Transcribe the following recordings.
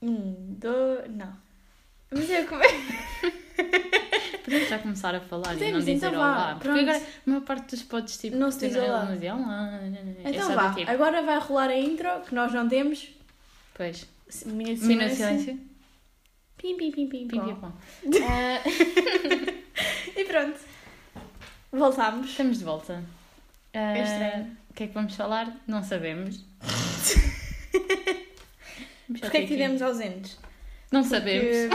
Um, dois. Não. Mas eu come... Podemos já começar a falar e não Podemos, dizer então vá, olá. Porque pronto. agora a maior parte dos podes tipo. Não se tu diz é- olá. Não dizem olá. é Então só vá, do tipo. agora vai rolar a intro que nós não temos. Pois. Minuto de Minuto de silêncio. silêncio. Pim, pim, pim, pim, Pim, pom. pim, pom. Ah, E pronto. Voltámos. Estamos de volta. Ah, É estranho. O que é que vamos falar? Não sabemos. Vamos só Porquê é que ter aqui. tivemos ausentes? Não sabemos.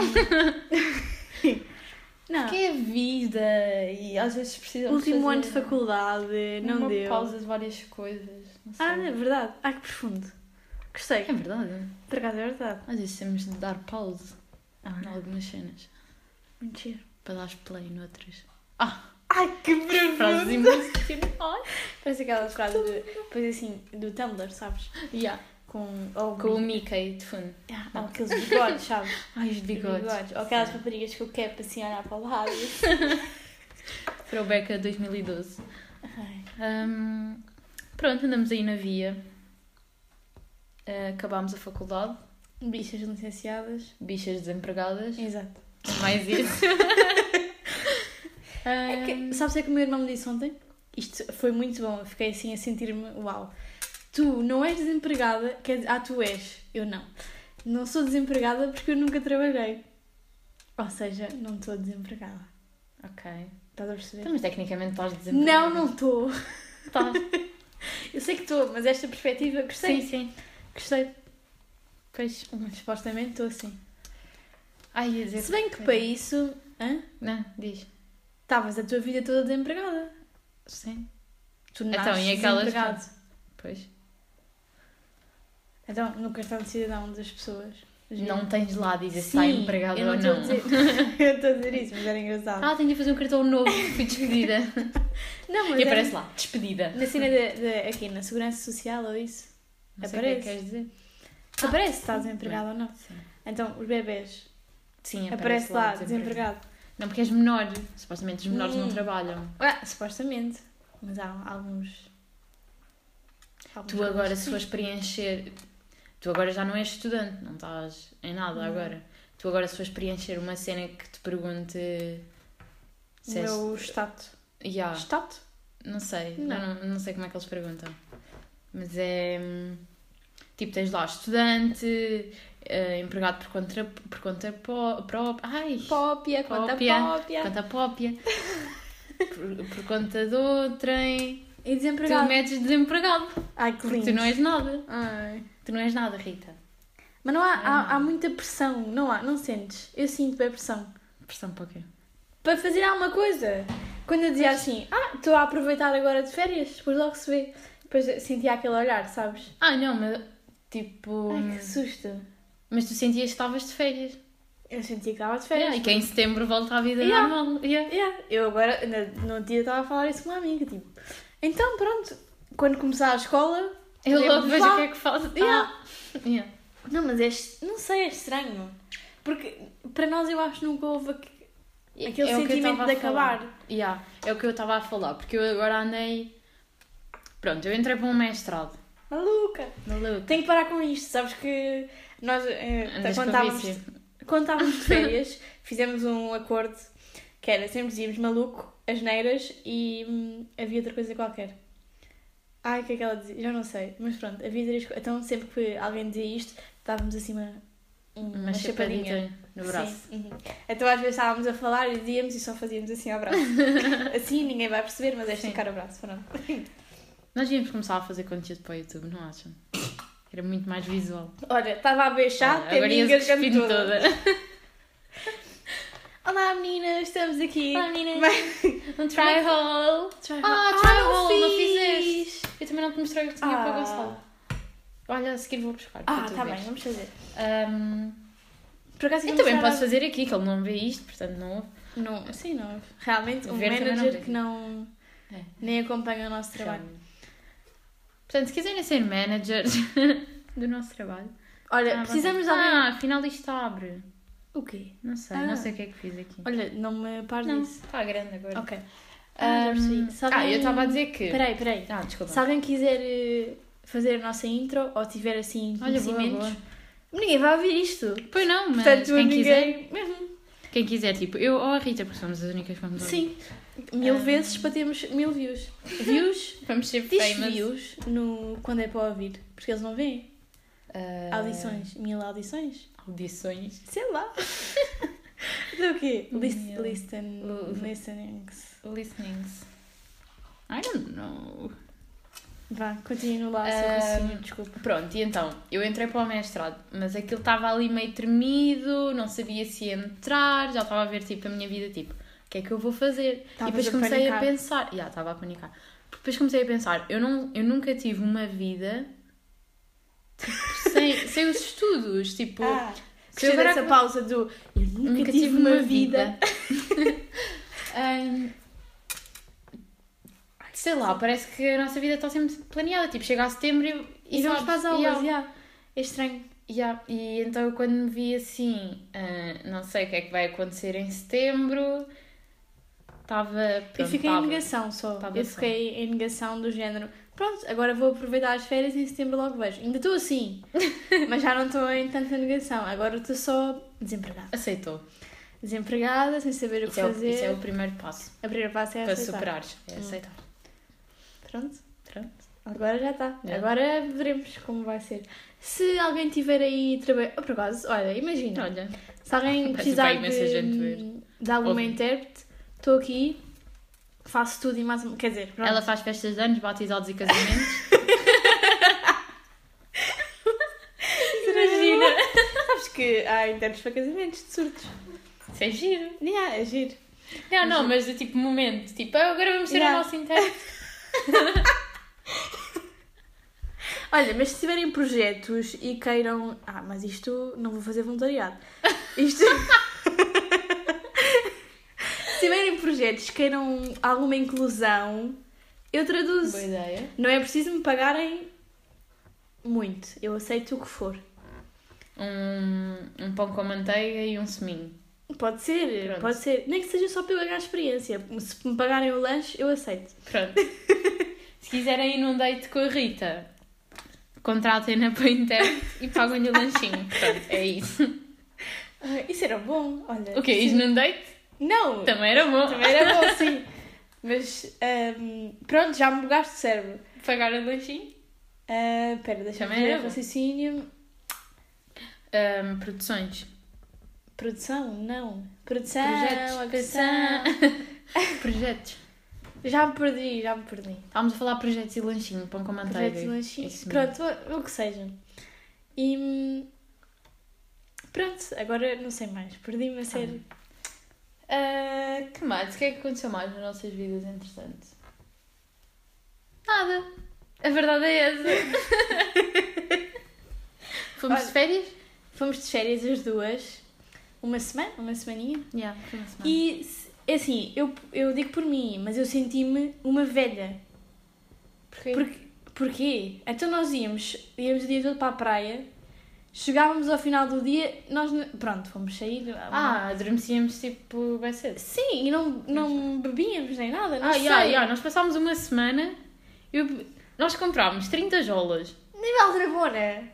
Que- não. Que é vida e às vezes precisamos Ah. Último ano de fazer faculdade, não uma deu. pausa de várias coisas. Não sei. Ah, é verdade. Ai, que profundo. Gostei. É verdade. Por acaso é verdade. Às vezes temos de dar pausa Ah, em algumas cenas Mentira. para dar play noutras. Ai, que Frases profundo. emocionais. Parece aquelas frases de, depois assim, do Tumblr, sabes? yeah. Com, ou Com o Mickey de fundo. Ah, ou aqueles bigodes, sabes? Ai, os bigodes. Ou aquelas Sim. raparigas com o cap assim a olhar para o lado. Throwback a 2012. Ai, Ahm, pronto, andamos aí na via. Ah, acabámos a faculdade. Bichas licenciadas. Bichas desempregadas. Exato. Mais isso. É que, sabes é que o meu irmão me disse ontem? Isto foi muito bom, eu fiquei assim a sentir-me uau. Tu não és desempregada, quer dizer, ah, tu és, eu não. Não sou desempregada porque eu nunca trabalhei. Ou seja, não estou desempregada. Ok. Estás a perceber? Então, mas tecnicamente estás desempregada. Não, não estou. Estás. Eu sei que estou, mas esta perspectiva gostei. Sim, sim. Gostei. Pois. Mas supostamente estou assim. Ai, ia dizer Se bem que coisa. para isso, hã? Não, diz. Estavas a tua vida toda desempregada. Sim. Tu Então, nasces e aquelas- desempregado. Pois. Então, no cartão de cidadão das pessoas. Não tens lá a dizer se Sim, está empregado eu ou estou a não. dizer- eu estou a dizer isso, mas era engraçado. Ah, tenho de fazer um cartão novo. Fui despedida. não, é e aparece lá. Despedida. Na cena de, de- aqui, na segurança social ou isso. Não sei o que é que Aparece. queres dizer. Ah, aparece se estás desempregado ou não. Sim. Então, os bebés. Sim, Aparece, lá, desempregado. Não, porque és menor. Supostamente os menores Hum. não trabalham. Ah, supostamente. Mas há alguns... alguns Tu agora, se fores preencher. Tu agora já não és estudante, não estás em nada Não. agora. Tu agora, se fores preencher uma cena que te pergunte. O Se és. meu status. Ah. Ya, Status? Não sei. eu Não. Não. não sei como é que eles perguntam. Mas é. hum, Tipo, tens lá estudante, eh, empregado por conta, por conta pró- própria. Ai! Pópia, conta Pópia. pópia. Conta própria. por, por conta de outrem. E Tu desempregado. metes desempregado. Ai, que Porque lindo. tu não és nada. Ai. Tu não és nada, Rita. Mas não há, Não é há, nada. há muita pressão, não há, não sentes? Eu sinto bem pressão. Pressão para o quê? Para fazer alguma coisa. Quando eu dizia assim, ah, estou a aproveitar agora de férias, depois logo se vê. Depois sentia aquele olhar, sabes? Ah, não, mas tipo. Ai, que susto. Mas tu sentias que estavas de férias. Eu sentia que estava de Yeah, férias. e que em setembro volta à vida Yeah. normal. Yeah. Yeah, Eu agora, no, no outro dia, estava a falar isso com uma amiga, tipo... Então, pronto, quando começar a escola... Eu podemos logo vejo lá." o que é que faço. Yeah. Ah. Yeah. Não, mas é... est- Não sei, é estranho. Porque, para nós, eu acho que nunca houve aque- aquele É o que eu sentimento estava de a falar. acabar. Yeah, É o que eu estava a falar, porque eu agora andei. Pronto, eu entrei para um mestrado. Maluca! Maluco. Tenho que parar com isto, sabes que nós eh, Andas com quando, a estávamos, bici. quando estávamos de férias fizemos um acordo que era sempre dizíamos maluco, asneiras e hum, havia outra coisa qualquer. Ai, o que é que ela dizia? Já não sei, mas pronto, havia três coisas. Então sempre que alguém dizia isto, dávamos assim uma, um- Uma chapadinha no braço. Sim, uhum. Então às vezes estávamos a falar e dizíamos e só fazíamos assim ao braço. assim ninguém vai perceber, mas é Sim. esticar o braço, pronto. Nós íamos começar a fazer conteúdo para o YouTube, não acham? Era muito mais visual. Olha, estava a beijar, Olha, até me ia-se engasgando despindo toda. Olá meninas, estamos aqui. Olá, meninas. Mas- Um try hole. Try hall. Ah, try Ah, não hall, não fiz. fizeste. Eu também não te mostrei o que tinha para o Gonçalo. Olha, a seguir vou buscar. para Ah, tu tá veres. bem, vamos fazer. Ahm, Por acaso eu vamos também dar- posso fazer aqui, que ele não vê isto, portanto não ouve. Não, sim, não. Realmente, um Ver também não manager vê. que não. É. Nem acompanha o nosso trabalho. Realmente. Portanto, se quiserem ser managers do nosso trabalho. Olha, Ah, precisamos de bom. alguém. Ah, afinal isto abre. O quê? Não sei, Ah. não sei o que é que fiz aqui. Olha, não me pares não, disso. está grande agora. Ok. Ah, já percebi. Ahm, Se ah, alguém- eu estava a dizer que. Peraí, peraí. Ah, desculpa. Se alguém quiser eh, fazer a nossa intro ou tiver assim Olha, boa, conhecimentos, boa. Ninguém vai ouvir isto. Pois não, mas Portanto, quem quiser, ninguém... Mesmo. quem quiser, tipo, eu ou a Rita, porque somos as únicas que vamos ouvir. Sim. Mil Ah. vezes para termos mil views. Views? Vamos ser Diz famous. views no, quando é para ouvir. Porque eles não veem. Ah, Audições. Mil audições. Audições. Sei lá. Do quê? List, Mil. Uh. listen, L- listenings. Listenings. I don't know. Vá, continuo lá, seu Ah, raciocínio, desculpa. Pronto, e então, eu entrei para o mestrado, mas aquilo estava ali meio tremido, não sabia se ia entrar, já estava a ver, tipo, a minha vida, tipo, o que é que eu vou fazer? Estavas e depois a comecei a panicar. pensar, já, estava a panicar. Depois comecei a pensar, eu, não, eu nunca tive uma vida, tipo, sem, sem os estudos, tipo... Ah, se gostei eu agora dessa come- pausa do eu nunca, tive, uma vida. Hum, sei lá, parece que a nossa vida está sempre planeada. Tipo, chega a setembro e, E vamos sabes, para as aulas, yeah, yeah. É estranho. yeah. E então eu quando me vi assim, ah, não sei o que é que vai acontecer em setembro, estava. Eu pronto, fiquei estava. em negação só. Tava assim. eu só. fiquei em negação do género. Pronto, agora vou aproveitar as férias e em setembro logo vejo. Ainda estou assim, mas já não estou em tanta negação. Agora estou só desempregada. Aceitou. Desempregada, sem saber o que Isso é, o, fazer. isso é o primeiro passo A primeira fase é para aceitar. superares. É aceitar. Pronto. Pronto. Agora já está. Já. Agora veremos como vai ser. Se alguém tiver aí trabalho. Oh, por acaso, olha, imagina. Então, Olha, Se alguém Vai precisar imensa gente ver. de, de alguma Ouve. intérprete, estou aqui, faço tudo e mais um. Quer dizer, pronto. ela faz festas de anos, batizados e casamentos. Imagina. Sabes que há intérpretes para casamentos de surtos. Isso é giro. Yeah, é giro. Não, não, mas do tipo momento, tipo, ah, agora vamos ter Yeah. o nosso intérprete. Olha, mas se tiverem projetos e queiram. Ah, mas isto não vou fazer voluntariado. Isto. se tiverem projetos, queiram alguma inclusão, eu traduzo. Boa ideia. Não é preciso me pagarem muito. Eu aceito o que for. Um, um pão com manteiga e um seminho. Pode ser, Pronto. pode ser. Nem que seja só para eu ganhar experiência. Se me pagarem o lanche, eu aceito. Pronto. Se quiserem ir num date com a Rita, contratem-na para o intérprete e pagam-lhe o lanchinho. Pronto, é isso. Ah, Isso era bom, olha. O quê? sim. Ir num date? Não! Também era bom. Também era é bom, sim. Mas ahm, pronto, já me bugaste o cérebro. Pagar o lanchinho. Ah, pera, deixa-me Também ver era o bom. raciocínio. Ahm, produções. Produção? Não. Produção, Projetos. agressão. Projetos. Já me perdi, já me perdi. Estávamos a falar projetos e lanchinho, pão com manteiga. Projetos de lanchinho. Isso mesmo. Pronto, o- o que seja. E hum, pronto, agora não sei mais. Perdi-me a sério. Ah, que mais? O que é que aconteceu mais nas nossas vidas, entretanto? Nada. A verdade é essa. Fomos Olha. de férias? Fomos de férias as duas. Uma semana, uma semaninha. Yeah, foi uma semana. E se- é assim, eu, eu digo por mim, mas eu senti-me uma velha. Porquê? Porque, porquê? Então nós íamos, íamos o dia todo para a praia, chegávamos ao final do dia, nós. n- Pronto, fomos sair. Ah, adormecíamos tipo bem cedo. Sim, e não, não bebíamos nem nada, não Ah, sei. yeah, yeah, nós passámos uma semana eu... nós comprámos 30 jolas. Nível Aldrabona.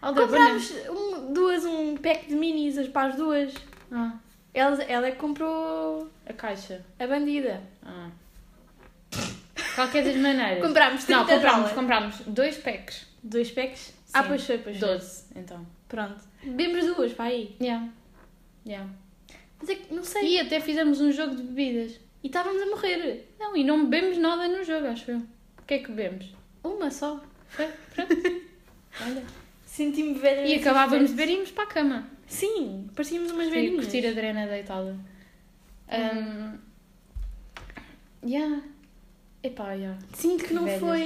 Aldrabona. Comprámos um- duas, um pack de minis as para as duas. Ah, Ela, ela é que comprou a caixa. a bandida. Ah. Qualquer das maneiras. Comprámos 30 Não, comprámos, dólares. comprámos dois packs. Dois packs? Ah, Sim. pois foi, pois foi. 12, então. Pronto. Bebemos duas, para aí. Yeah. Yeah. Mas é que não sei. E até fizemos um jogo de bebidas. E estávamos a morrer. Não, e não bebemos nada no jogo, acho eu. O que é que bebemos? Uma só. Foi? Pronto. Olha. Senti-me velha. E nessas acabávamos de festas. beber e íamos para a cama. Sim, parecíamos umas E velhinhas. curtir a drena deitada. Um, yeah. Epá, yeah. Sinto que não Velhas. foi.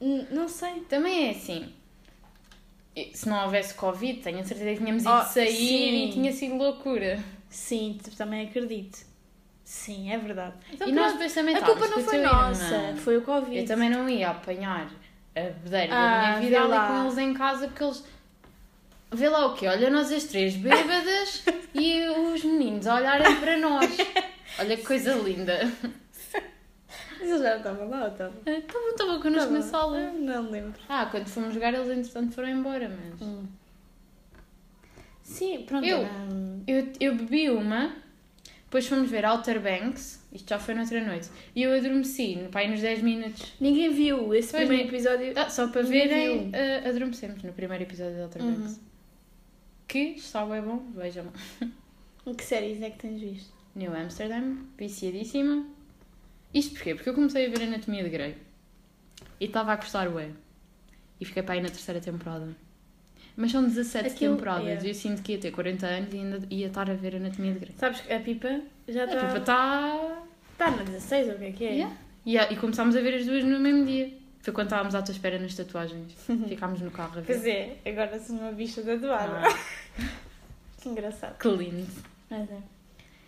n- não sei. Também é assim. e Se não houvesse Covid, tenho a certeza que tínhamos ido Oh, sair sim. e tinha sido loucura. Sim, t- também acredito. Sim, é verdade. Então, e nós pronto. depois também a culpa não estávamos foi com o teu nossa, irmão. foi o Covid. Eu também não ia apanhar a bebedeira Ah, da minha vida vê ali lá. com eles em casa porque eles. Vê lá o quê? Olha nós as três bêbadas e os meninos a olharem para nós. Olha que coisa linda. Mas eles já estavam lá, ou estavam? Estavam tá estavam connosco na Estavam. sala. Ah, Não lembro. Ah, quando fomos jogar eles entretanto foram embora, mas. Sim, pronto. Eu. era, hum, Eu, eu bebi uma, depois fomos ver Outer Banks, isto já foi noutra noite, e eu adormeci, no pai, nos 10 minutos. Ninguém viu esse Pois, primeiro não. episódio. Ah, só para Ninguém verem, viu. ah, adormecemos no primeiro episódio de Outer Uhum. Banks. Que está bem bom, vejam. Que séries é que tens visto? New Amsterdam, viciadíssima. Isto porquê? Porque eu comecei a ver Anatomia de Grey e estava a gostar bué. E fiquei para aí na terceira temporada. Mas são 17 Aquilo- temporadas yeah. e eu sinto que ia ter 40 anos e ainda ia estar a ver Anatomia de Grey. Sabes que a Pipa já tá- A está. pipa está... Está Tá na 16, ou o que é que é? Yeah. E, e começámos a ver as duas no mesmo dia. Foi quando estávamos à tua espera nas tatuagens. Ficámos no carro a Pois ver. é, agora sou uma bicha tatuada. Ah, Que engraçado. que lindo. Mas é.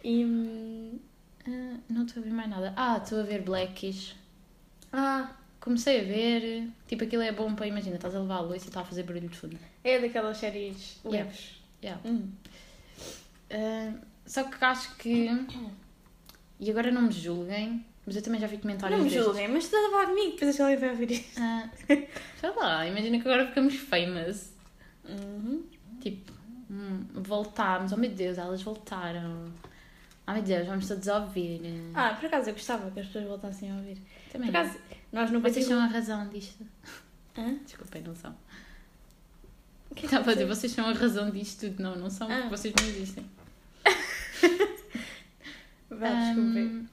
E. hum, Ah, não estou a ver mais nada. Ah, estou a ver Blackish. Ah, Comecei a ver. Tipo, aquilo é bom para imagina, estás a levar a luz e está a fazer barulho de fundo. é daquelas séries Yeah. leves. Yeah. Hum. Ah, só que acho que. E agora não me julguem, mas eu também já vi comentários Não me destes. julguem, mas estás a falar comigo, depois achei que vai ouvir isto. Ah, sei lá, imagina que agora ficamos famous. Uhum. Tipo, hum, voltámos, oh meu Deus, elas voltaram. Oh meu Deus, vamos todos ouvir. Ah, por acaso eu gostava que as pessoas voltassem a ouvir. Por Também. acaso, nós nunca vocês são tivemos. a razão disto. Hã? Desculpem, não são. O que é que Estava a dizer, aconteceu? vocês são a razão disto tudo. Não, não são, porque Ah. vocês não existem. Vá, desculpem. Hum,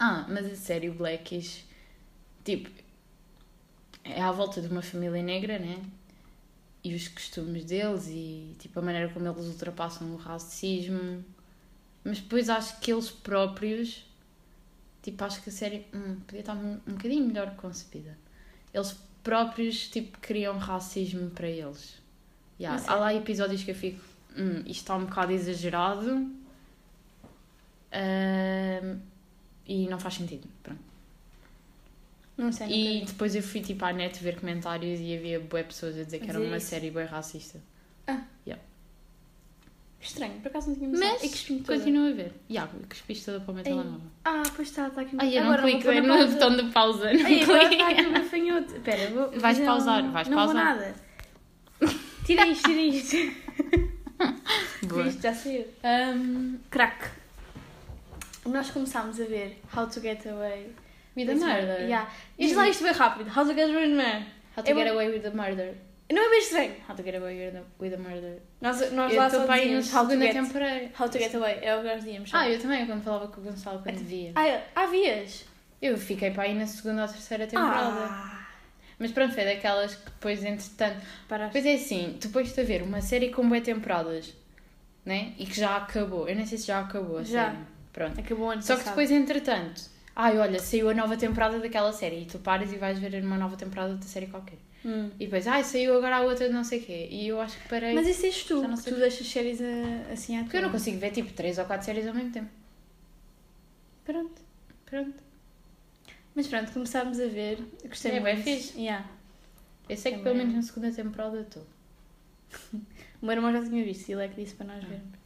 Ah, mas a sério, Blackish, tipo, é à volta de uma família negra, né? E os costumes deles e, tipo, a maneira como eles ultrapassam o racismo. Mas depois acho que eles próprios, tipo, acho que a série hum, podia estar um, um bocadinho melhor concebida. Eles próprios, tipo, criam racismo para eles. Yeah, A há sério? lá episódios que eu fico, hum, isto está um bocado exagerado. Ahm, e não faz sentido. Pronto. É, Não sei. E nunca vi. depois eu fui tipo à net ver comentários e havia boé pessoas a dizer que era Dizer uma é isso. série bem racista. Estranho, por acaso não tínhamos Mas É que espinho toda. continua a ver. Iago, cuspiste toda para o meu Ei. telemóvel. Ah, pois está, está aqui Ai, eu não Agora clico vou é pôr na no pausa. botão de pausa. Não Ai, agora está aqui clico. uma fanhoto. Espera, vou. Vais fazer um- pausar, vais não pausar. Não vou nada. Tira isto, tira isto. Boa. Viste, já saiu. Ahm, Crack. Nós começámos a ver How to Get Away. With a with Murder. Murder. Yeah. Diz lá isto bem rápido. How to Get Away with Murder. How to Eu- get away with the murder. Não é bem estranho. How to get away with the, with the murder. Nós, nós eu lá estou só para aí na dizíamos How to segunda Get... temporada. How to Get Away. É o que nós dizíamos. só. Ah, eu também, quando falava com o Gonçalo, quando via. Ah, é- ah, vias? Eu fiquei para aí na segunda ou terceira temporada. Ah. Mas pronto, foi daquelas que depois, entretanto, Paraste. Pois é assim, tu pões-te a ver uma série com boas temporadas, né? E que já acabou. Eu nem sei se já acabou a Já. série. Pronto. Acabou antes é. Só que depois, entretanto, ai, olha, saiu a nova temporada daquela série e tu paras e vais ver uma nova temporada da série qualquer. Hum. E depois, ai, saiu agora a outra de não sei o quê. E eu acho que parei. Mas isso és tu, Já não que sei. tu deixas séries a- assim à Porque eu não consigo ver tipo três ou quatro séries ao mesmo tempo. Pronto. Pronto. Mas pronto, começámos a ver. Eu Gostei É muito. bem fixe. Yeah. Eu sei Também. que é. pelo menos na segunda temporada eu estou. O meu irmão já tinha visto e ele é que disse para nós Ah. vermos.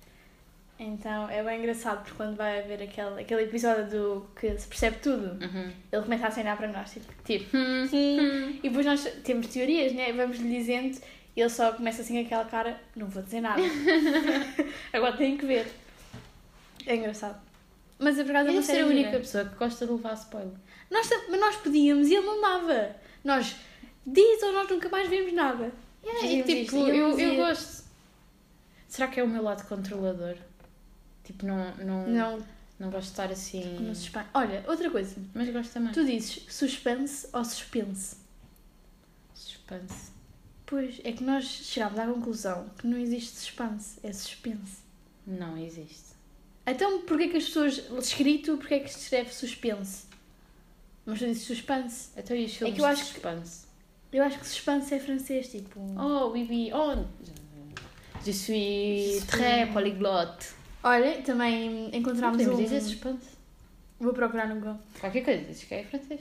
Então é bem engraçado porque quando vai haver aquele, aquele episódio do que se percebe tudo, Uhum. ele começa a assinar para nós, tipo, tipo. Hum, hum. E depois nós temos teorias, né? Vamos lhe dizendo e ele só começa assim com aquela cara, não vou dizer nada. Agora tenho que ver. É engraçado. Mas a verdade é Eu uma devo ser série a gira. única pessoa que gosta de levar spoiler. Nós, tam- mas nós podíamos e ele não dava. Nós diz ou nós nunca mais vemos nada. Yeah, e Fazíamos tipo, isto, e É, eu eu, eu fazia. gosto. Será que é o meu lado controlador? Tipo, não, não, não. Não, gosto de estar assim. no suspense. Olha, outra coisa. Mas gosto também. Tu dizes suspense ou suspense? Suspense. Pois, é que nós chegámos à conclusão que não existe suspense, é suspense. Não existe. Então, porquê que as pessoas... Escrito, porquê que se escreve suspense? Mas tu dizes suspense. Até Então, os filmes É que eu acho de que- suspense. Eu acho que suspense é francês, tipo... Oh, oui, oui. Oh, je Je suis suis- très polyglotte. Olha, também encontramos Podemos um... dizer suspense. Vou procurar no Google. Qualquer coisa, dizes que é francês.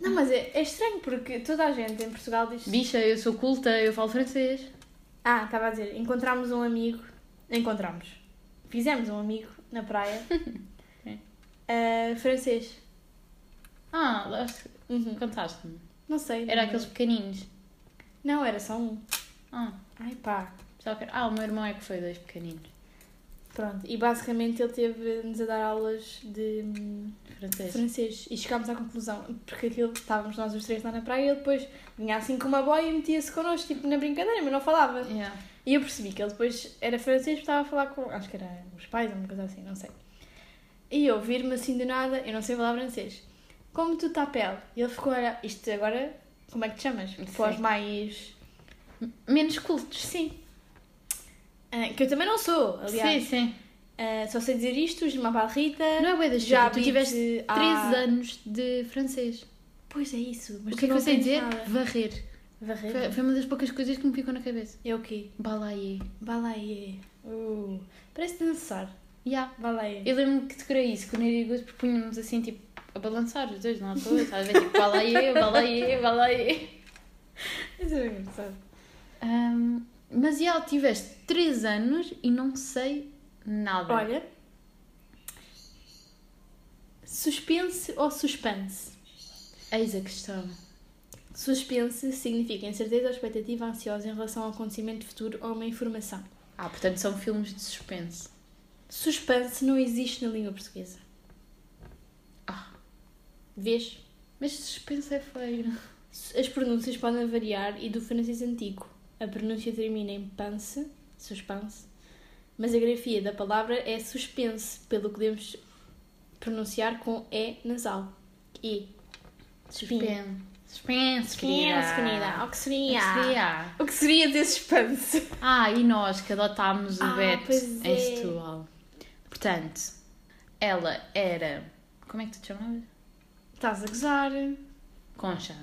Não, mas é, é estranho porque toda a gente em Portugal diz... Bicha, eu sou culta, eu falo francês. Ah, estava a dizer, encontramos um amigo. Encontramos. Fizemos um amigo na praia. É. Ah, francês. Ah, acho que Uhum. contaste-me. Não sei. Era não- aqueles pequeninos. Não, era só um. Ah, Ai pá, Só que... Ah, o meu irmão é que foi dois pequeninos. Pronto, e basicamente ele teve-nos a dar aulas de hum, Francês. francês e chegámos à conclusão, porque aquilo estávamos nós os três lá na praia e ele depois vinha assim com uma boia e metia-se connosco, tipo na brincadeira, mas não falava. Yeah. E eu percebi que ele depois era francês porque estava a falar com. Acho que era os pais ou uma coisa assim, não sei. E eu vir-me assim do nada, eu não sei falar francês. Como tu tá pele? E ele ficou, olha, isto agora, como é que te chamas? Sim. Pós mais. Menos cultos. Sim. Ah, que eu também não sou, aliás. Sim, sim. Ah, só sei dizer isto, je m'appelle Rita. Não é bué da já chuva. Tu tiveste 13 13 anos de francês. Pois é isso. Mas o que tu é que não eu sei aprendes dizer? nada. Varrer. Foi, Varrer. foi uma das poucas coisas que me ficou na cabeça. É o quê? Balaie. Balaie. Uh, parece dançar. Yeah. Balaie. Eu lembro que decorei isso com o Neri e o Gus, porque punhamos assim, tipo, a balançar os dois, não à toa, estás a ver? Tipo, balaie, balaie, balaie. Isso é engraçado. Ahm, mas, já, tiveste 3 anos e não sei nada. Olha. Suspense ou suspense? Eis a questão. Suspense significa incerteza ou expectativa ansiosa em relação a um acontecimento futuro ou uma informação. Ah, portanto, são filmes de suspense. Suspense não existe na língua portuguesa. Ah. Vês? Mas suspense é feio. As pronúncias podem variar e do francês antigo. A pronúncia termina em pense, suspense, mas a grafia da palavra é suspense, pelo que devemos pronunciar com E nasal. E. Suspense. Suspense, querida. Suspense, querida. O que seria? Seria. O que seria desse suspense? Ah, e nós que adotámos o Ah, Beto pois em é. Setúbal. Portanto, ela era... Como é que tu te chamavas? Estás a gozar. Concha.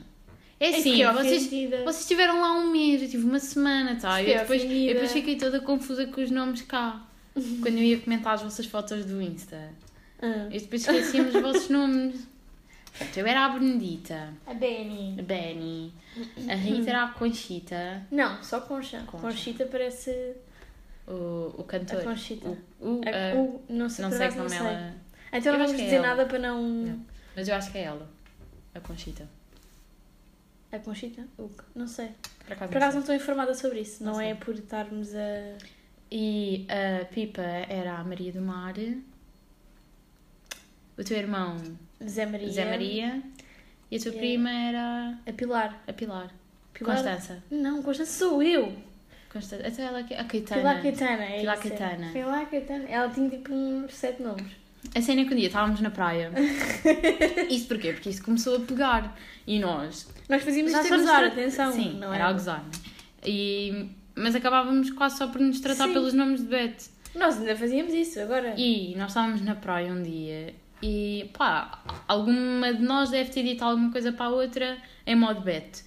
É assim, vocês, vocês tiveram lá um mês, eu tive uma semana, tá? Eu Fiquei depois, eu ofendida. depois fiquei toda confusa com os nomes cá. Quando eu ia comentar as vossas fotos do Insta. Ah. E depois esquecíamos os vossos nomes. Portanto, eu era a Benedita, A Benny. a Benny, a Rita era a Conchita, Não, só Concha. Concha. Conchita parece o, o a cantor. Conchita. O, o, A- a- o- não sei, não por sei que acaso nome não ela. sei. Então Eu não acho vamos que é dizer ela. nada para não... Não. Mas eu acho que é ela, a Conchita. É. A Conchita? O que? Não sei. Por acaso, Por acaso não sei. não estou informada sobre isso. Não, Tá Não é sei. por estarmos a... E a Pipa era a Maria do Mar. O teu irmão, Zé Maria. Zé Maria. E a tua Yeah. prima era A Pilar. a Pilar. Pilar- Constança. Não, Constança sou eu. Constança. Até ela, é a Caetana. Pilar Caetana. É Pilar isso, é. Caetana. Pilar Caetana. Ela tinha tipo uns sete nomes. A cena é que um dia estávamos na praia. Isso porquê? Porque isso começou a pegar. E nós. Nós fazíamos nós isto a somos gozar, tra- atenção. Sim, não é? era a gozar. né? E... Mas acabávamos quase só por nos tratar Sim. pelos nomes de Beth. Nós ainda fazíamos isso agora. E nós estávamos na praia um dia e pá, alguma de nós deve ter dito alguma coisa para a outra em modo bet.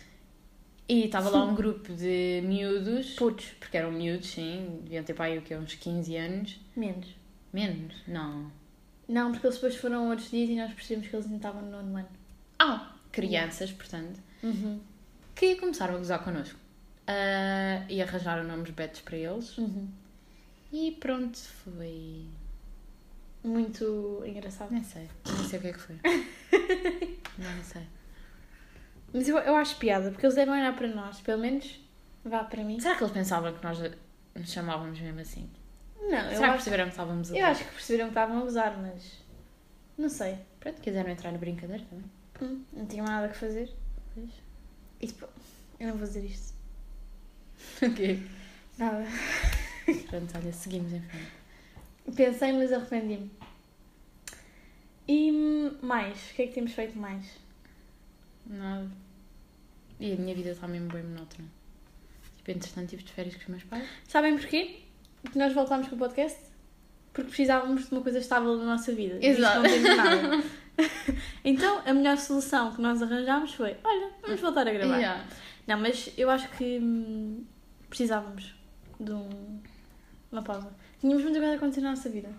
E estava lá um grupo de miúdos, Putos. porque eram miúdos, sim, deviam ter para aí o quê? Uns 15 anos. Menos. Menos? Não. Não, porque eles depois foram outros dias e nós percebemos que eles ainda estavam no nono ano. Ah, crianças, portanto, Uhum. que começaram a gozar connosco. Ah, e arranjaram nomes betos para eles. uhum. E pronto, foi. Muito engraçado. Nem sei. Nem sei o que é que foi. Não sei. Mas eu, eu acho piada, porque eles devem olhar para nós, pelo menos vá para mim. Será que eles pensavam que nós nos chamávamos mesmo assim? Não, eu Será que acho, perceberam que estávamos a eu acho que perceberam que estavam a usar, mas não sei. Pronto, quiseram entrar na brincadeira também. Hum, Não tinha mais nada que fazer. Pois. E tipo, eu não vou dizer isto. Ok. Nada. Pronto, olha, seguimos em frente. Pensei, mas arrependi-me. E hum, mais? O que é que temos feito mais? Nada. E a minha vida está mesmo bem monótona. Tipo, entretanto tive de férias com os meus pais. Sabem porquê? Porque nós voltámos com o podcast? Porque precisávamos de uma coisa estável na nossa vida. e visto que Exato. Não temos nada. então, a melhor solução que nós arranjámos foi: olha, vamos voltar a gravar. Yeah. Não, mas eu acho que hum, precisávamos de um- uma pausa. Tínhamos muita coisa a acontecer na nossa vida.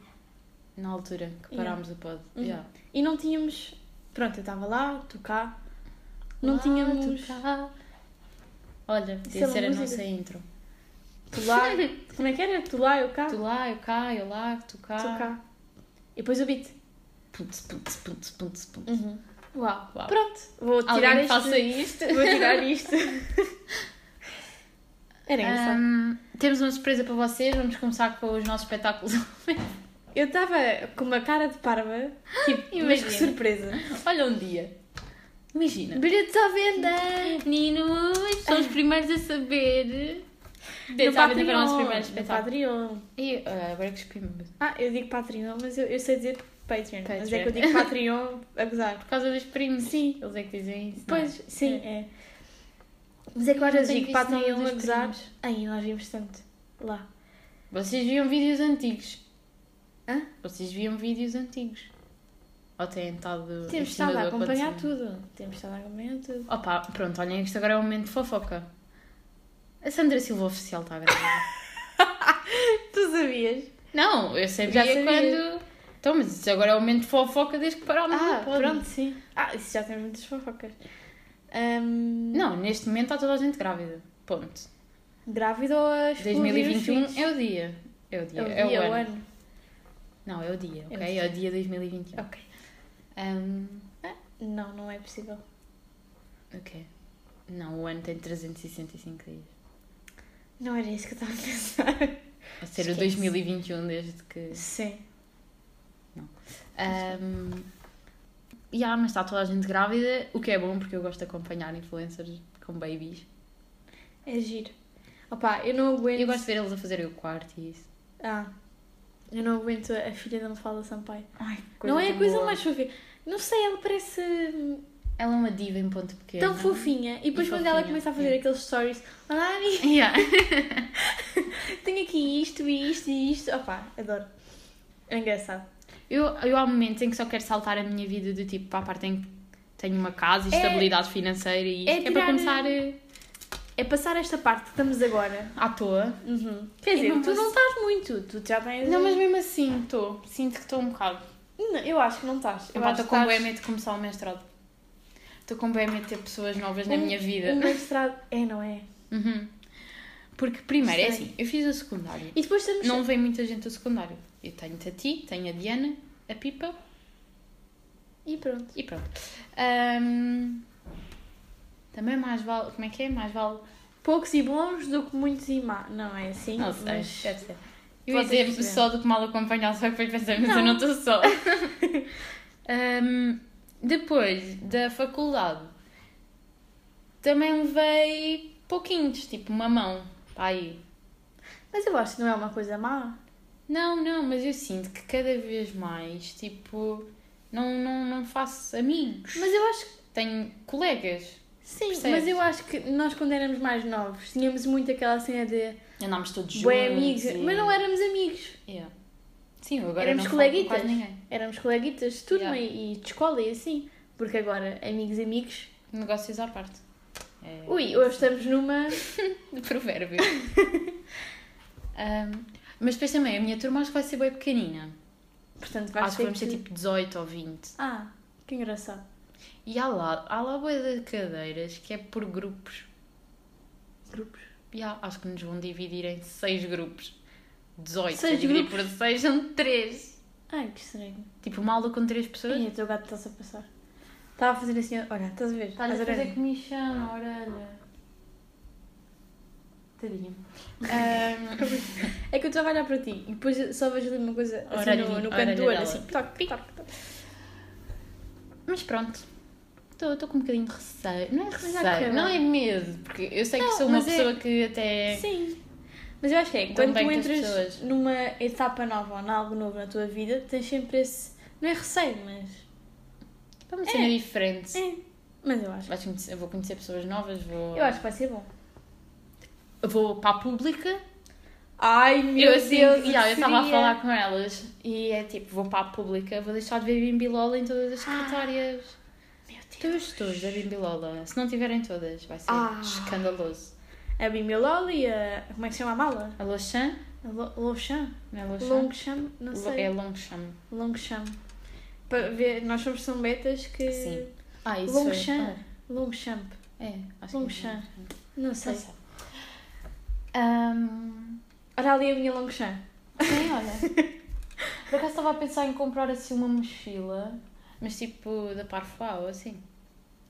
Na altura que parámos o pod. Uhum. Yeah. E não tínhamos. Pronto, eu estava lá, tu cá. Não Lá, tínhamos. tu cá. Olha, é podia uma ser a música. nossa intro. Tu lá. Como é que era? Tu lá, eu cá. Tu Tu, lá, eu cá, eu lá, tu cá. cá. E depois o beat. Putz, putz, putz, putz, putz. Uhum. Uau. Uau. Pronto, vou tirar Alguém este. faça isto. Vou tirar isto. Era engraçado. Ahm, Hum, temos uma surpresa para vocês, vamos começar com os nossos espetáculos. Ah, Eu estava com uma cara de parva, tipo, mas que Imagina. surpresa. Olha um dia. Imagina. Bilhetes à venda! Meninos, são os primeiros a saber. No Bilhetes à venda para o nosso Patreon! primeiro No espetáculo. Patreon! E, ah, agora que espremimos. Ah, eu digo Patreon, mas eu, eu sei dizer Patreon. Mas é que eu Patreon. digo Patreon a gozar. Por causa dos primos. Sim. Eles é que dizem isso. Pois, não é? sim, é. Mas é que eu às Não vezes tenho digo visto nada Patreon dos a gozar. primos. Aí, nós vimos tanto. Lá. Vocês viam vídeos antigos. Hã? Vocês viam vídeos antigos. Ou têm estado. Temos estado a acompanhar tudo. Temos estado a acompanhar tudo. Opa, pronto, olhem, isto agora é um momento de fofoca. A Sandra Silva oficial está grávida. Tu sabias? não, eu sabia, Já sabia. quando. Então, mas isto agora é um momento de fofoca desde que parámos Ah, no pod. pronto, sim. Ah, isso já tem muitas fofocas. Ahm, Não, neste momento está toda a gente grávida. Ponto. Grávida ou a explodir os 2021 filhos? é o dia. É o dia. É o dia, um. é o ano. ano. Não, é o dia, É o ok? É o dia 2021. Ok. Ahm, Não, não é possível. ok. Não, o ano tem 365 dias. Não era isso que eu estava a pensar. A ser Esquece. o 2021 desde que. Sim. Um, yeah, mas está toda a gente grávida, o que é bom porque eu gosto de acompanhar influencers com babies. É giro. Opa, eu não aguento. Eu gosto de ver eles a fazerem o quarto e isso. Ah, eu não aguento a filha da Mafalda Sampaio. Ai, não é a coisa mais fofinha. Não sei, ela parece hum, Ela é uma diva em ponto pequeno. tão fofinha. E depois E quando fofinha, ela começa a fazer é. aqueles stories, olá amiga, Yeah. tenho aqui isto e isto e isto. Opa, adoro. É engraçado. Eu, eu há momentos em que só quero saltar a minha vida do tipo para a parte em que tenho uma casa e É- estabilidade financeira e isto. é É, para tirar- começar eh, É passar esta parte que estamos agora. à toa. Uhum. Quer E dizer, não tu não passo- estás muito, tu já tens. Não, mas mesmo assim estou. Sinto que estou um bocado. Não, eu acho que não estás. Eu Pá, acho Estou que com bué estás- medo de começar o mestrado. Estou com bué medo de ter pessoas novas na minha vida. Um mestrado. É, não é? Uhum. Porque primeiro, é Sei. assim, eu fiz o secundário. E depois estamos. Não vem muita gente ao secundário. Eu tenho-te a ti, tenho a Diana, a Pipa E pronto. e pronto. Ahm, também mais vale. Como é que é? Mais vale. Poucos e bons do que muitos e má. Não é assim? Não sei, mas- deve ser. Eu ia Vocês dizer perceberam. só do que mal acompanhado, só que depois pensei, mas eu Não. não estou só. Ahm, depois da faculdade, também levei pouquinhos, tipo uma mão, pá aí. Mas eu acho que não é uma coisa má. Não, não, mas eu sinto que cada vez mais, tipo, não, não, não faço amigos. Mas eu acho que. Tenho colegas. Sim, Percebes? mas eu acho que nós quando éramos mais novos tínhamos muito aquela cena de Andámos todos juntos. bué amigos, e- mas não éramos amigos. Yeah. Sim, eu agora Éramos não falo com coleguitas. quase ninguém. Éramos coleguitas de turma Yeah. e de escola e assim. Porque agora, amigos, amigos. Negócios à parte. É... Ui, hoje estamos numa. De provérbio. Ahm, mas depois também, a minha turma acho que vai ser bem pequenina. Portanto, vais Acho que ter vamos que- ser tipo 18 ou 20. Ah, que engraçado. E há lá, há lá bué de cadeiras que é por grupos. Grupos. E há- acho que nos vão dividir em 6 grupos. 18. Seis Seis dividir grupos? por 6 são 3. Ai, que estranho. Tipo, uma aula com 3 pessoas. Ai, o teu gato está-se a passar. Estava a fazer assim, olha, estás a ver? Estás a Estás a fazer ver? comichão na orelha. Tadinha. É que eu estou a olhar para ti e depois só vejo ali uma coisa assim Orelha, no, no canto orelha do olho, dela. assim, toque, toque, toque. Mas pronto. Estou com um bocadinho de receio. Não é Mas já correu receio, não é medo. Porque eu sei que Não, sou uma mas é- pessoa que até. Sim. Mas eu acho que é, Dão quando Então bem tu com entras as pessoas. numa etapa nova ou em algo novo na tua vida, tens sempre esse. Não é receio, mas. É uma cena diferente. É. Mas eu acho. Vais conhecer- vou conhecer pessoas novas, vou. Eu acho que vai ser bom. Vou para a pública. Ai, meu eu assim, Deus! yeah, eu estava a falar com elas e é tipo, vou para a pública, vou deixar de ver Bimbilola em todas as secretárias. Meu Deus! Todos Então os todos da Bimbilola. Se não tiverem todas, vai ser Ah. escandaloso. A Bimiloli, a. Como é que se chama a mala? A Lochan? A Lo- Longchamp? Não é Lochan? Longchamp? Não Lo- É sei. Longchamp. Longchamp. Para ver, nós somos são betas que. Sim. Ah, isso foi- Longchamp. ah, Longchamp. É, acho Longchamp. que é Longchamp. Não Não sei. sei. Ahm, Olha ali a minha Longchamp. Sim, olha. Por acaso estava a pensar em comprar assim uma mochila, mas tipo da Parfois ou assim.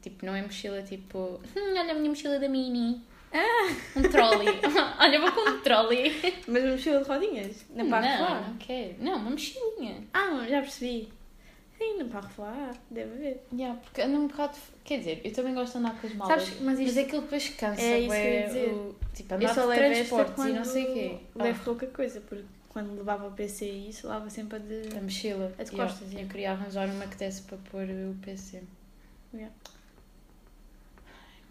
Tipo, não é mochila tipo, "Hum, olha a minha mochila da Mini. Um trolley. Olha, vou com um trolley. Mas uma mochila de rodinhas? Na não, Parque Flá? não quero. Não, uma mochilinha. Ah, já percebi. Sim, na Parque Flá, deve haver. Yeah, porque ando um bocado. Quer dizer, eu também gosto de andar com as malas. Sabes, mas isto- mas aquilo depois cansa. É isso que eu ia bué, dizer. o- tipo, Eu andar só de levo esta transportes quando e não sei o quê. Oh. levo pouca coisa, porque quando levava o PC e isso, levava sempre a de... Ah, a mochila. É de Yeah, costas, yeah. Eu queria arranjar uma que desse para pôr o PC. Yeah.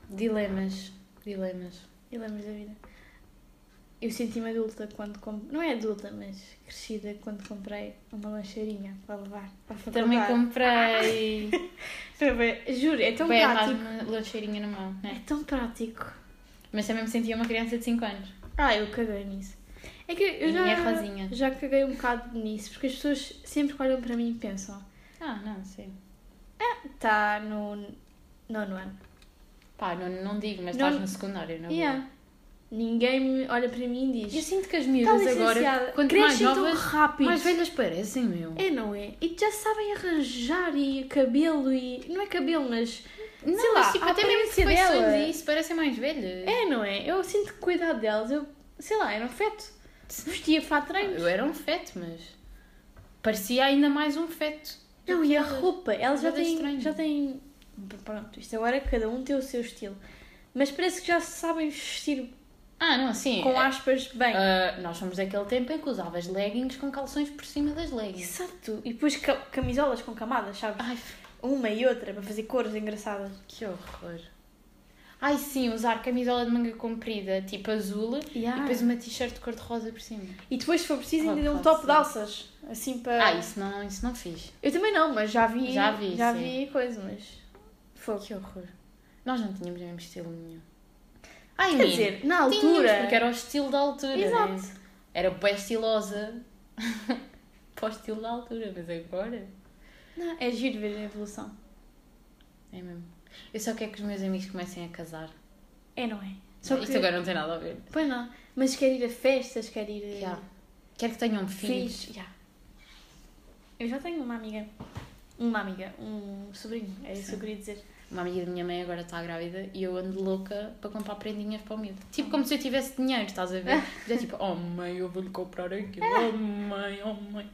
Dilemas. Dilemas. E lembras da vida. Eu senti-me adulta quando... Comp... Não é adulta, mas crescida quando comprei uma lancheirinha para levar para a Também faculdade. comprei. Foi bué- Juro, é tão Bem, prático. arrasmo uma lancheirinha na mão, né? É tão prático. Mas também me sentia uma criança de 5 anos. Ah, eu caguei nisso. É que eu E já, minha rosinha. já caguei um bocado nisso, porque as pessoas sempre que olham para mim e pensam Ah, não, sim. está no nono ano. Pá, não, não digo, mas Não- estás no secundário, não é? Yeah. Ninguém me olha para mim e Eu diz sinto que as está miúdas agora, Tá licenciada, quanto mais crescem tão novas, rápido. mais velhas parecem, meu. É, não é? E já sabem arranjar e cabelo e... Não é cabelo, mas... Não, sei mas, lá, tipo, a até mesmo aparência feições dela. e isso, parecem mais velhas. É, não é? Eu sinto que cuidado delas, eu... Sei lá, era um feto. Vestia fato de treinos. Eu era um feto, mas parecia ainda mais um feto. Não, e a roupa, elas já Nada têm, é estranho. já têm. Pronto, isto agora cada um tem o seu estilo. Mas parece que já sabem vestir Ah, não, sim. com aspas bem. Ah, nós somos daquele tempo em que usavas leggings com calções por cima das leggings. Exato. E depois ca- camisolas com camadas, sabes? Ai, Uma e outra para fazer cores engraçadas. que horror. Ai, sim, usar camisola de manga comprida, tipo azul, e depois uma t-shirt de cor-de-rosa por cima. um, E depois, se for preciso, ainda Oh, deu um pode top ser. de alças. Assim para. Ah, isso não, isso não fiz. Eu também não, mas já vi. Já vi, Já sim. vi coisa, mas. Fogo. Que horror. Nós não tínhamos mesmo estilo nenhum. Ai, Quer menino, dizer, na tínhamos, altura. porque era o estilo da altura. né? Exato. Era bem estilosa. Para o estilo da altura, mas agora. Não, é giro ver a evolução. É mesmo. Eu só quero que os meus amigos comecem a casar. É, não é? Só Só que... que. Isto agora não tem nada a ver. Pois não. Mas quer ir a festas, quer ir. a- Yeah. Quero que tenham filhos. Fiz, já. Eu já tenho uma amiga. Uma amiga, um sobrinho, é isso que eu queria dizer. Uma amiga da minha mãe agora está grávida e eu ando louca para comprar prendinhas para o miúdo. Tipo como se eu tivesse dinheiro, estás a ver? Já tipo, oh mãe, eu vou-lhe comprar aquilo. Oh mãe, oh mãe.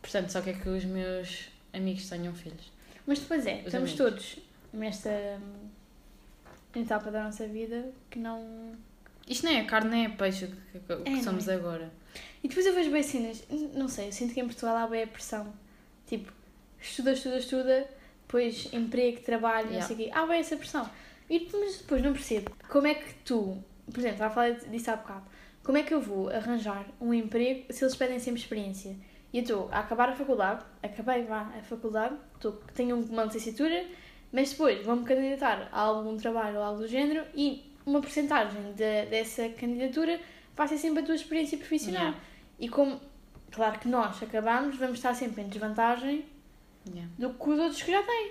Portanto, só quero que os meus amigos tenham filhos. Mas depois é, Os estamos amigos. todos nesta hum, etapa da nossa vida que não. Isto nem é carne, nem é peixe o que, que- que É, não somos é? agora. E depois eu vejo bem cenas, n- não sei, eu sinto que em Portugal há bem a pressão. Tipo, estuda, estuda, estuda, depois emprego, trabalho, Yeah. não sei o quê. Há bem essa pressão. E depois, mas depois não percebo como é que tu, por exemplo, já falei disso há bocado, como é que eu vou arranjar um emprego se eles pedem sempre experiência? E eu estou a acabar a faculdade, acabei vá a faculdade, estou, tenho uma licenciatura, mas depois vou-me candidatar a algum trabalho ou algo do género e uma porcentagem de, dessa candidatura vai ser sempre a tua experiência profissional. Yeah. E como, claro que nós acabamos, vamos estar sempre em desvantagem Yeah. do que os outros que já têm.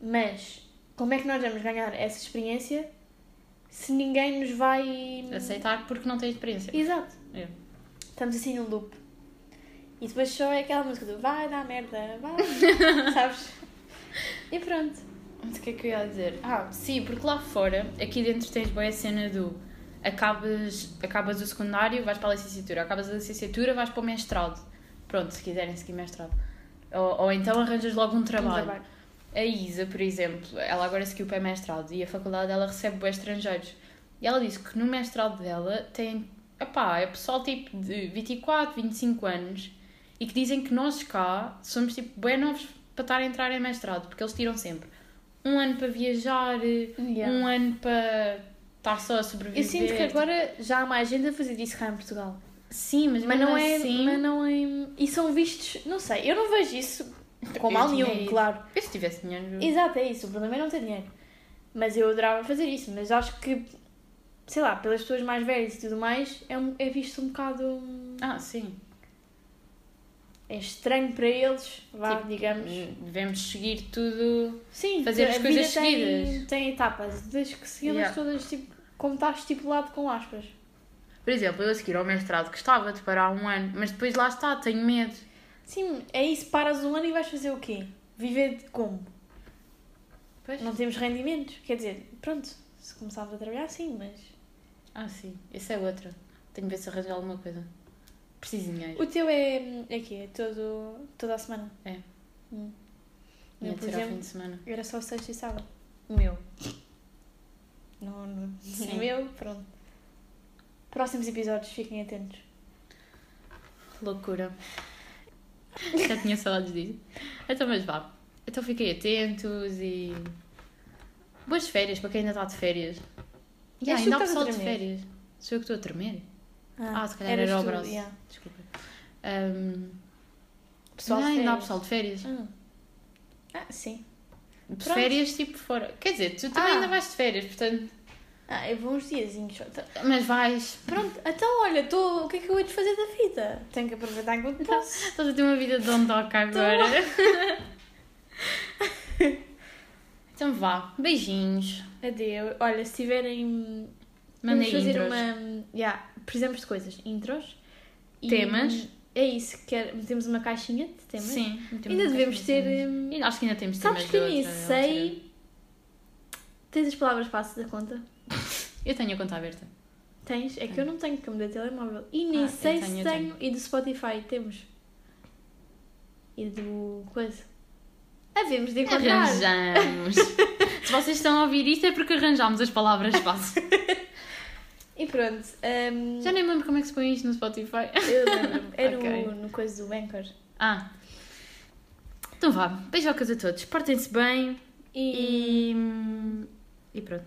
Mas como é que nós vamos ganhar essa experiência se ninguém nos vai. Aceitar porque não é. tem experiência. Exato. É. Estamos assim num loop. E depois só é aquela música do vai dar merda, vai. Sabes? E pronto. Mas o que é que eu ia dizer? Ah, sim, porque lá fora, aqui dentro tens boa a cena do acabas, acabas o secundário, vais para a licenciatura, acabas a licenciatura, vais para o mestrado. Pronto, se quiserem seguir mestrado. Ou, ou então arranjas logo um Um trabalho. A Isa, por exemplo, ela agora seguiu para mestrado e a faculdade dela recebe bué estrangeiros. E ela disse que no mestrado dela tem, epá, é pessoal tipo de 24, 25 anos e que dizem que nós cá somos tipo bué novos para estar a entrar em mestrado, porque eles tiram sempre um ano para viajar, Yeah. um ano para estar só a sobreviver. Eu sinto que agora já há mais gente a fazer isso cá em Portugal. Sim, mas, Mas não, é, assim, mas não é. E são vistos. Não sei, eu não vejo isso com Eu mal tinha nenhum, ido. claro. Eu se tivesse dinheiro... Exato, é isso. O problema é não ter dinheiro. Mas eu adorava fazer isso. Mas acho que, sei lá, pelas pessoas mais velhas e tudo mais, é, um- é visto um bocado. hum, Ah, sim. É estranho para eles, vá, Tipo, digamos. Devemos seguir tudo Sim, fazer a as vida coisas tem, seguidas. tem etapas. Tens que segui-las Yeah. todas, tipo, como está estipulado com aspas. Por exemplo, eu a seguir ao mestrado gostava de parar um ano, mas depois lá está, tenho medo. Sim, é isso. Paras um ano e vais fazer o quê? Viver de como? Pois. Não temos rendimentos. Quer dizer, pronto. Se começavas a trabalhar, sim, mas. Ah, sim. Esse é outro. Tenho de ver se arranjo alguma coisa. Preciso de dinheiro. O teu é. É que é todo, toda a semana. É. Hum. O Tinha meu, de por ser ao fim exemplo, de semana. era só sexta e sábado. O meu. Não, não. Sim. O meu, pronto. Próximos episódios, fiquem atentos. Loucura. Já tinha saudades disso. Então, mas vá. Então fiquei atentos e. Boas férias para quem ainda está de férias. E És tu ainda há que estás a pessoal de tremer. férias. Sou eu que estou a tremer? Ah, se calhar eras era o tu, braço. yeah. Desculpa. Ahm, Pessoal de não, ainda há férias. pessoal de férias. Ah, Ah, sim. De Pronto. férias, tipo, fora. Quer dizer, tu também Ah. ainda vais de férias, portanto. Ah, eu vou uns diazinhos. só. Tá- Mas vais. Pronto, então olha, tô... o que é que eu hei de fazer da vida? Então, Tenho que aproveitar enquanto posso. Estás a ter uma vida de dondoca agora. então vá. Beijinhos. Adeus. Olha, se tiverem. vamos Mandei fazer intros. uma. Yeah, precisamos de coisas. Intros. E Temas. É isso. Quer... Metemos uma caixinha de temas. Sim. Ainda devemos ter. hum, Ainda- Acho que ainda temos Sabes temas que de eu nem outra- outra- sei. Tens as palavras passas da conta? Eu tenho a conta aberta. Tens? É que eu Tenho. não tenho como da telemóvel. E nem Ah, eu sei tenho, se eu tenho. E do Spotify temos. E do. coisa. Havemos de encontrar. Arranjamos. Se vocês estão a ouvir isto é porque arranjámos as palavras fáceis. E pronto. hum, Já nem lembro como é que se põe isto no Spotify. Eu lembro-me. Era Ok. no, no coisa do Anchor. Ah. Então vá. Beijocas a todos. Portem-se bem. E. E. E pronto.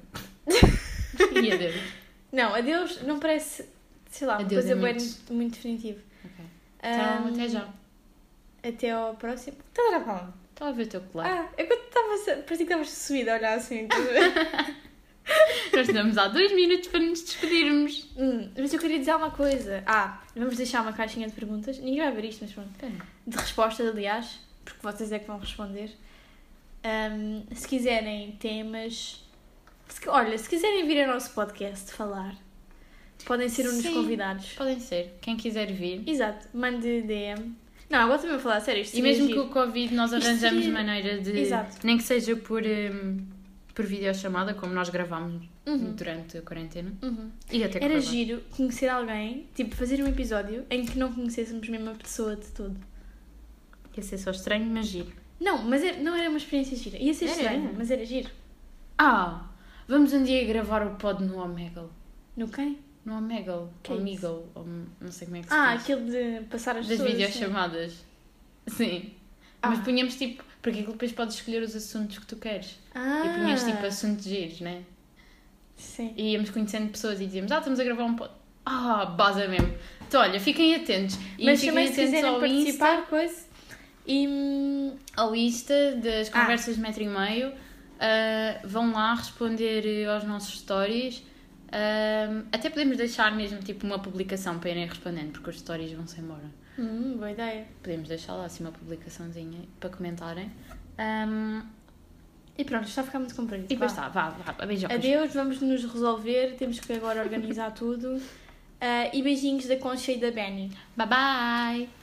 e adeus. Não, adeus não parece. Sei lá, uma Adeus coisa é bué muito. muito definitiva. Ok. Então, Hum, até já. Até ao próximo. Estás a falar? Estava a ver o teu colar. Ah, eu quando estava. Parecia que estavas subida a olhar assim. tudo. Nós damos há dois minutos para nos despedirmos. Hum, mas eu queria dizer uma coisa. Ah, vamos deixar uma caixinha de perguntas. Ninguém vai ver isto, mas pronto. De respostas, aliás, porque vocês é que vão responder. Hum, se quiserem temas. se- olha, se quiserem vir ao nosso podcast falar, podem ser um dos Sim. convidados. Podem ser. Quem quiser vir. Exato, mande DM. Não, agora também vou falar sério. Isto E mesmo que é giro. o Covid, nós Isto arranjamos seria- maneira de. Exato. Nem que seja por. hum, por videochamada, como nós gravámos Uhum, durante a quarentena. uhum. E até Era correu bem. giro conhecer alguém, tipo fazer um episódio em que não conhecêssemos mesmo a pessoa de todo. Ia ser só estranho, mas giro. Não, mas era- não era uma experiência gira. Ia ser Era, estranho, era. mas era giro. Ah! Vamos um dia gravar o pod no Omegle. No quem? No Omegle. Que é isso? Omegle. Ou não sei como é que se Ah, diz. aquele de passar as das pessoas. videochamadas. Sim. Ah. Mas punhamos tipo. Porque aquilo depois podes escolher os assuntos que tu queres. Ah, E punhas tipo assuntos giros, né? Sim. E íamos conhecendo pessoas e dizíamos: Ah, estamos a gravar um pod. Ah, baza mesmo. Então, olha, fiquem atentos. E Mas fiquem também se atentos quiserem ao participar, coisa. E. hum, Insta, ao Insta das Ah. conversas de metro e meio, ah, vão lá responder eh, aos nossos stories. Ah, até podemos deixar mesmo tipo uma publicação para irem respondendo, porque os stories vão se embora. Hum, boa ideia. podemos deixar lá assim uma publicaçãozinha para comentarem. Ahm, E pronto, está a ficar muito comprido. e depois Vá. está, vá, vá, beijocas. Adeus, vamos nos resolver. Temos que agora organizar tudo. Ah, e beijinhos da Concha e da Benny. Bye bye!